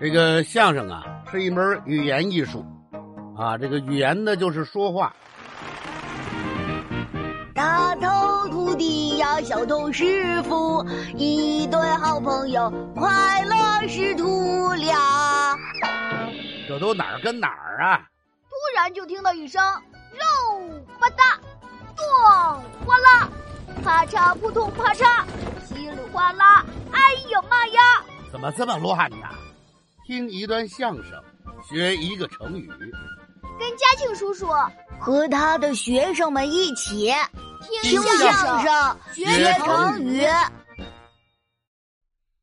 这个相声啊，是一门语言艺术，啊，这个语言呢就是说话。大头徒弟呀，小头师傅，一对好朋友，快乐师徒俩。这都哪儿跟哪儿啊？突然就听到一声肉吧嗒，咚哗啦，啪嚓扑通啪嚓，稀里哗啦，哎呦妈呀！怎么这么乱呢？听一段相声，学一个成语，跟嘉庆叔叔和他的学生们一起听相声、学成语。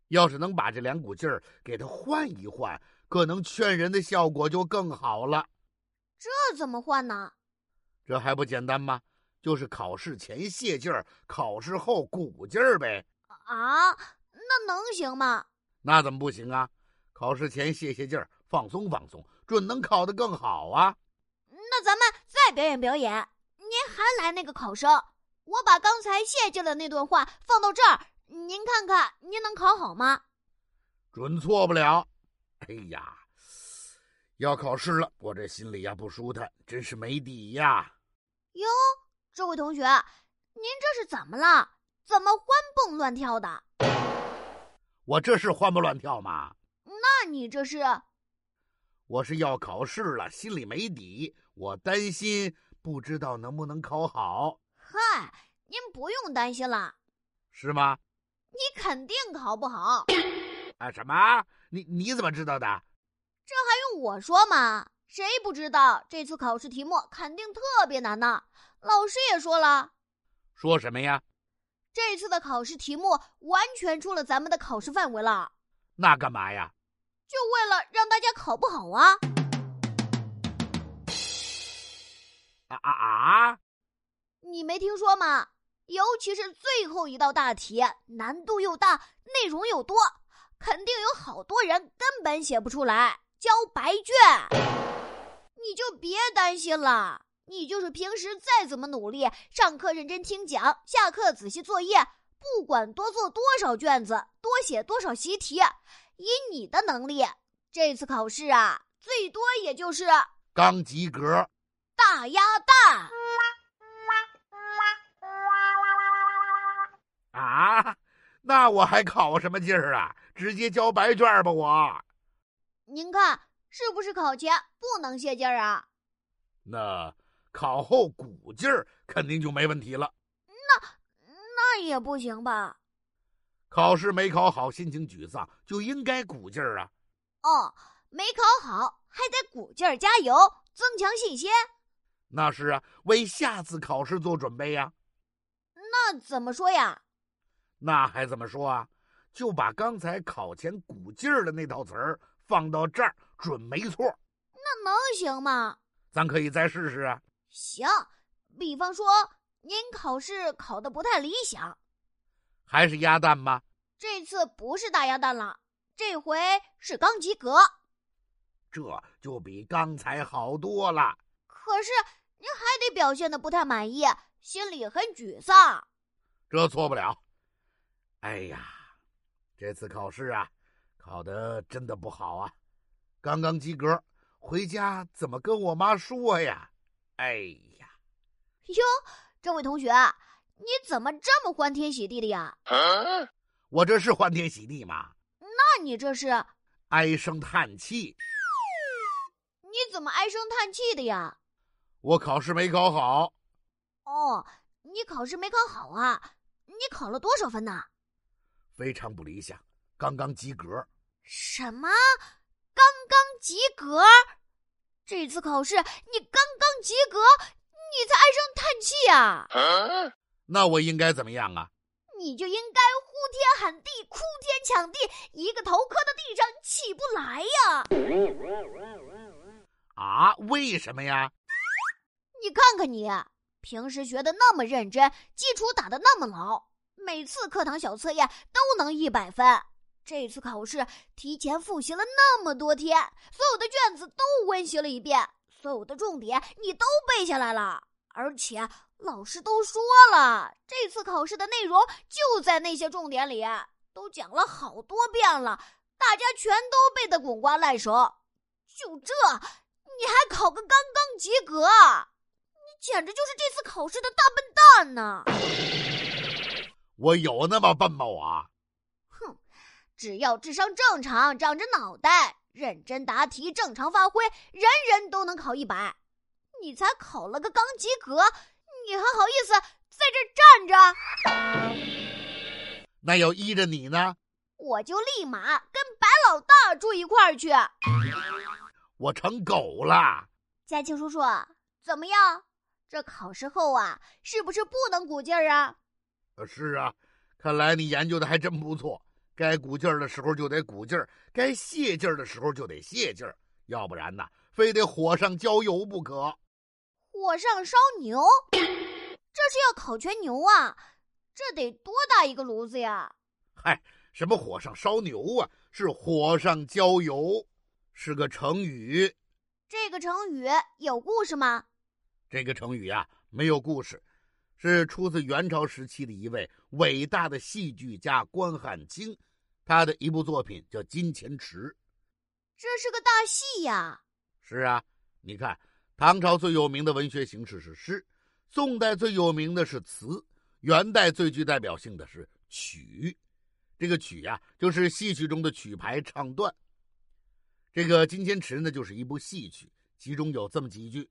要是能把这两股劲儿给它换一换，可能劝人的效果就更好了。这怎么换呢？这还不简单吗？就是考试前泄劲儿，考试后鼓劲儿呗。啊，那能行吗？那怎么不行啊？考试前泄泄劲儿，放松放松，准能考得更好啊！那咱们再表演表演。您还来那个考生？我把刚才谢谢了那段话放到这儿，您看看您能考好吗？准错不了。哎呀，要考试了，我这心里呀不舒坦，真是没底呀！哟，这位同学，您这是怎么了？怎么欢蹦乱跳的？我这是欢蹦乱跳吗？那你这是？我是要考试了，心里没底，我担心不知道能不能考好，嗨，您不用担心啦，是吗？你肯定考不好。啊，什么？你你怎么知道的？用我说嘛，谁不知道这次考试题目肯定特别难呢？老师也说了，说什么呀？这次的考试题目完全出了咱们的考试范围了，那干嘛呀？就为了让大家考不好啊！啊啊啊！你没听说吗？尤其是最后一道大题，难度又大，内容又多，肯定有好多人根本写不出来，交白卷。你就别担心了，你就是平时再怎么努力，上课认真听讲，下课仔细作业，不管多做多少卷子，多写多少习题，以你的能力，这次考试啊，最多也就是刚及格。大鸭蛋。啊，那我还考什么劲儿啊？直接交白卷儿吧我。您看是不是考前不能泄劲儿啊？那考后鼓劲儿肯定就没问题了。那也不行吧？考试没考好，心情沮丧，就应该鼓劲儿啊。哦，没考好还得鼓劲儿加油，增强信心。那是啊，为下次考试做准备呀、那怎么说呀？那还怎么说啊？就把刚才考前鼓劲儿的那套词儿放到这儿，准没错。那能行吗？咱可以再试试啊。行，比方说您考试考得不太理想，还是鸭蛋吧。这次不是大鸭蛋了，这回是刚及格。这就比刚才好多了。可是您还得表现得不太满意，心里很沮丧。这错不了。哎呀，这次考试啊，考得真的不好啊，刚刚及格，回家怎么跟我妈说呀？哎呀，哟，这位同学，你怎么这么欢天喜地的呀？我这是欢天喜地吗？那你这是？唉声叹气，你怎么唉声叹气的呀？我考试没考好，哦，你考试没考好啊？你考了多少分呢？非常不理想，刚刚及格。什么？刚刚及格？这次考试你刚刚及格，你才唉声叹气啊！那我应该怎么样啊？你就应该呼天喊地、哭天抢地，一个头磕到地上起不来呀！啊，为什么呀？你看看你，平时学的那么认真，基础打的那么牢，每次课堂小测验都能一百分。这次考试提前复习了那么多天，所有的卷子都温习了一遍，所有的重点你都背下来了，而且老师都说了，这次考试的内容就在那些重点里，都讲了好多遍了，大家全都背得滚瓜烂熟。就这，你还考个刚刚及格，啊你简直就是这次考试的大笨蛋呢！我有那么笨吗？我哼，只要智商正常，长着脑袋，认真答题，正常发挥，人人都能考一百。你才考了个刚及格，你还好意思在这站着？那要依着你呢，我就立马跟白老大住一块儿去。我成狗了。嘉庆叔叔，怎么样？这考试后啊，是不是不能鼓劲儿啊？呃是啊，看来你研究的还真不错。该鼓劲儿的时候就得鼓劲儿，该泄劲儿的时候就得泄劲儿，要不然呢，非得火上浇油不可。火上烧牛， 这是要烤全牛啊！这得多大一个炉子呀？嗨，什么火上烧牛啊，是火上浇油，是个成语。这个成语有故事吗？这个成语啊，没有故事，是出自元朝时期的一位伟大的戏剧家关汉卿，他的一部作品叫《金钱池》。这是个大戏呀！是啊，你看，唐朝最有名的文学形式是诗，宋代最有名的是词，元代最具代表性的是曲。这个曲呀、就是戏曲中的曲牌唱段。这个《金坚池》呢，就是一部戏曲，其中有这么几句：“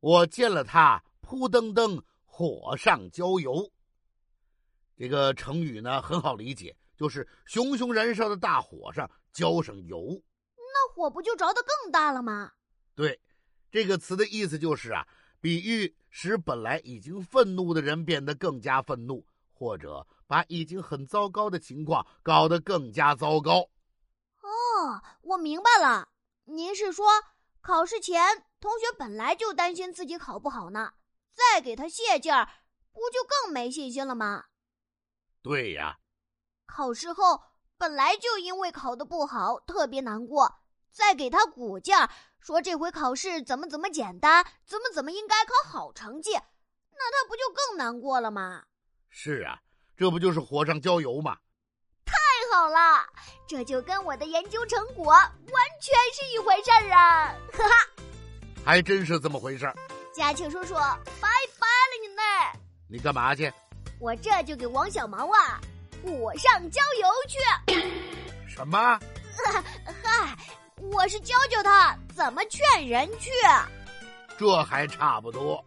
我见了他，扑腾腾，火上浇油。”这个成语呢，很好理解，就是熊熊燃烧的大火上浇上油。那火不就着得更大了吗？对，这个词的意思就是啊，比喻使本来已经愤怒的人变得更加愤怒，或者把已经很糟糕的情况搞得更加糟糕。哦，我明白了，您是说考试前同学本来就担心自己考不好呢，再给他泄劲儿，不就更没信心了吗？对呀，考试后本来就因为考得不好特别难过，再给他鼓劲儿，说这回考试怎么怎么简单，怎么怎么应该考好成绩，那他不就更难过了吗？是啊，这不就是火上浇油吗？太好了，这就跟我的研究成果完全是一回事儿啊！还真是这么回事儿。嘉庆叔叔，拜拜了您嘞！你干嘛去？我这就给王小毛啊，火上浇油去！什么？嗨，我是教教他怎么劝人去。啊这还差不多。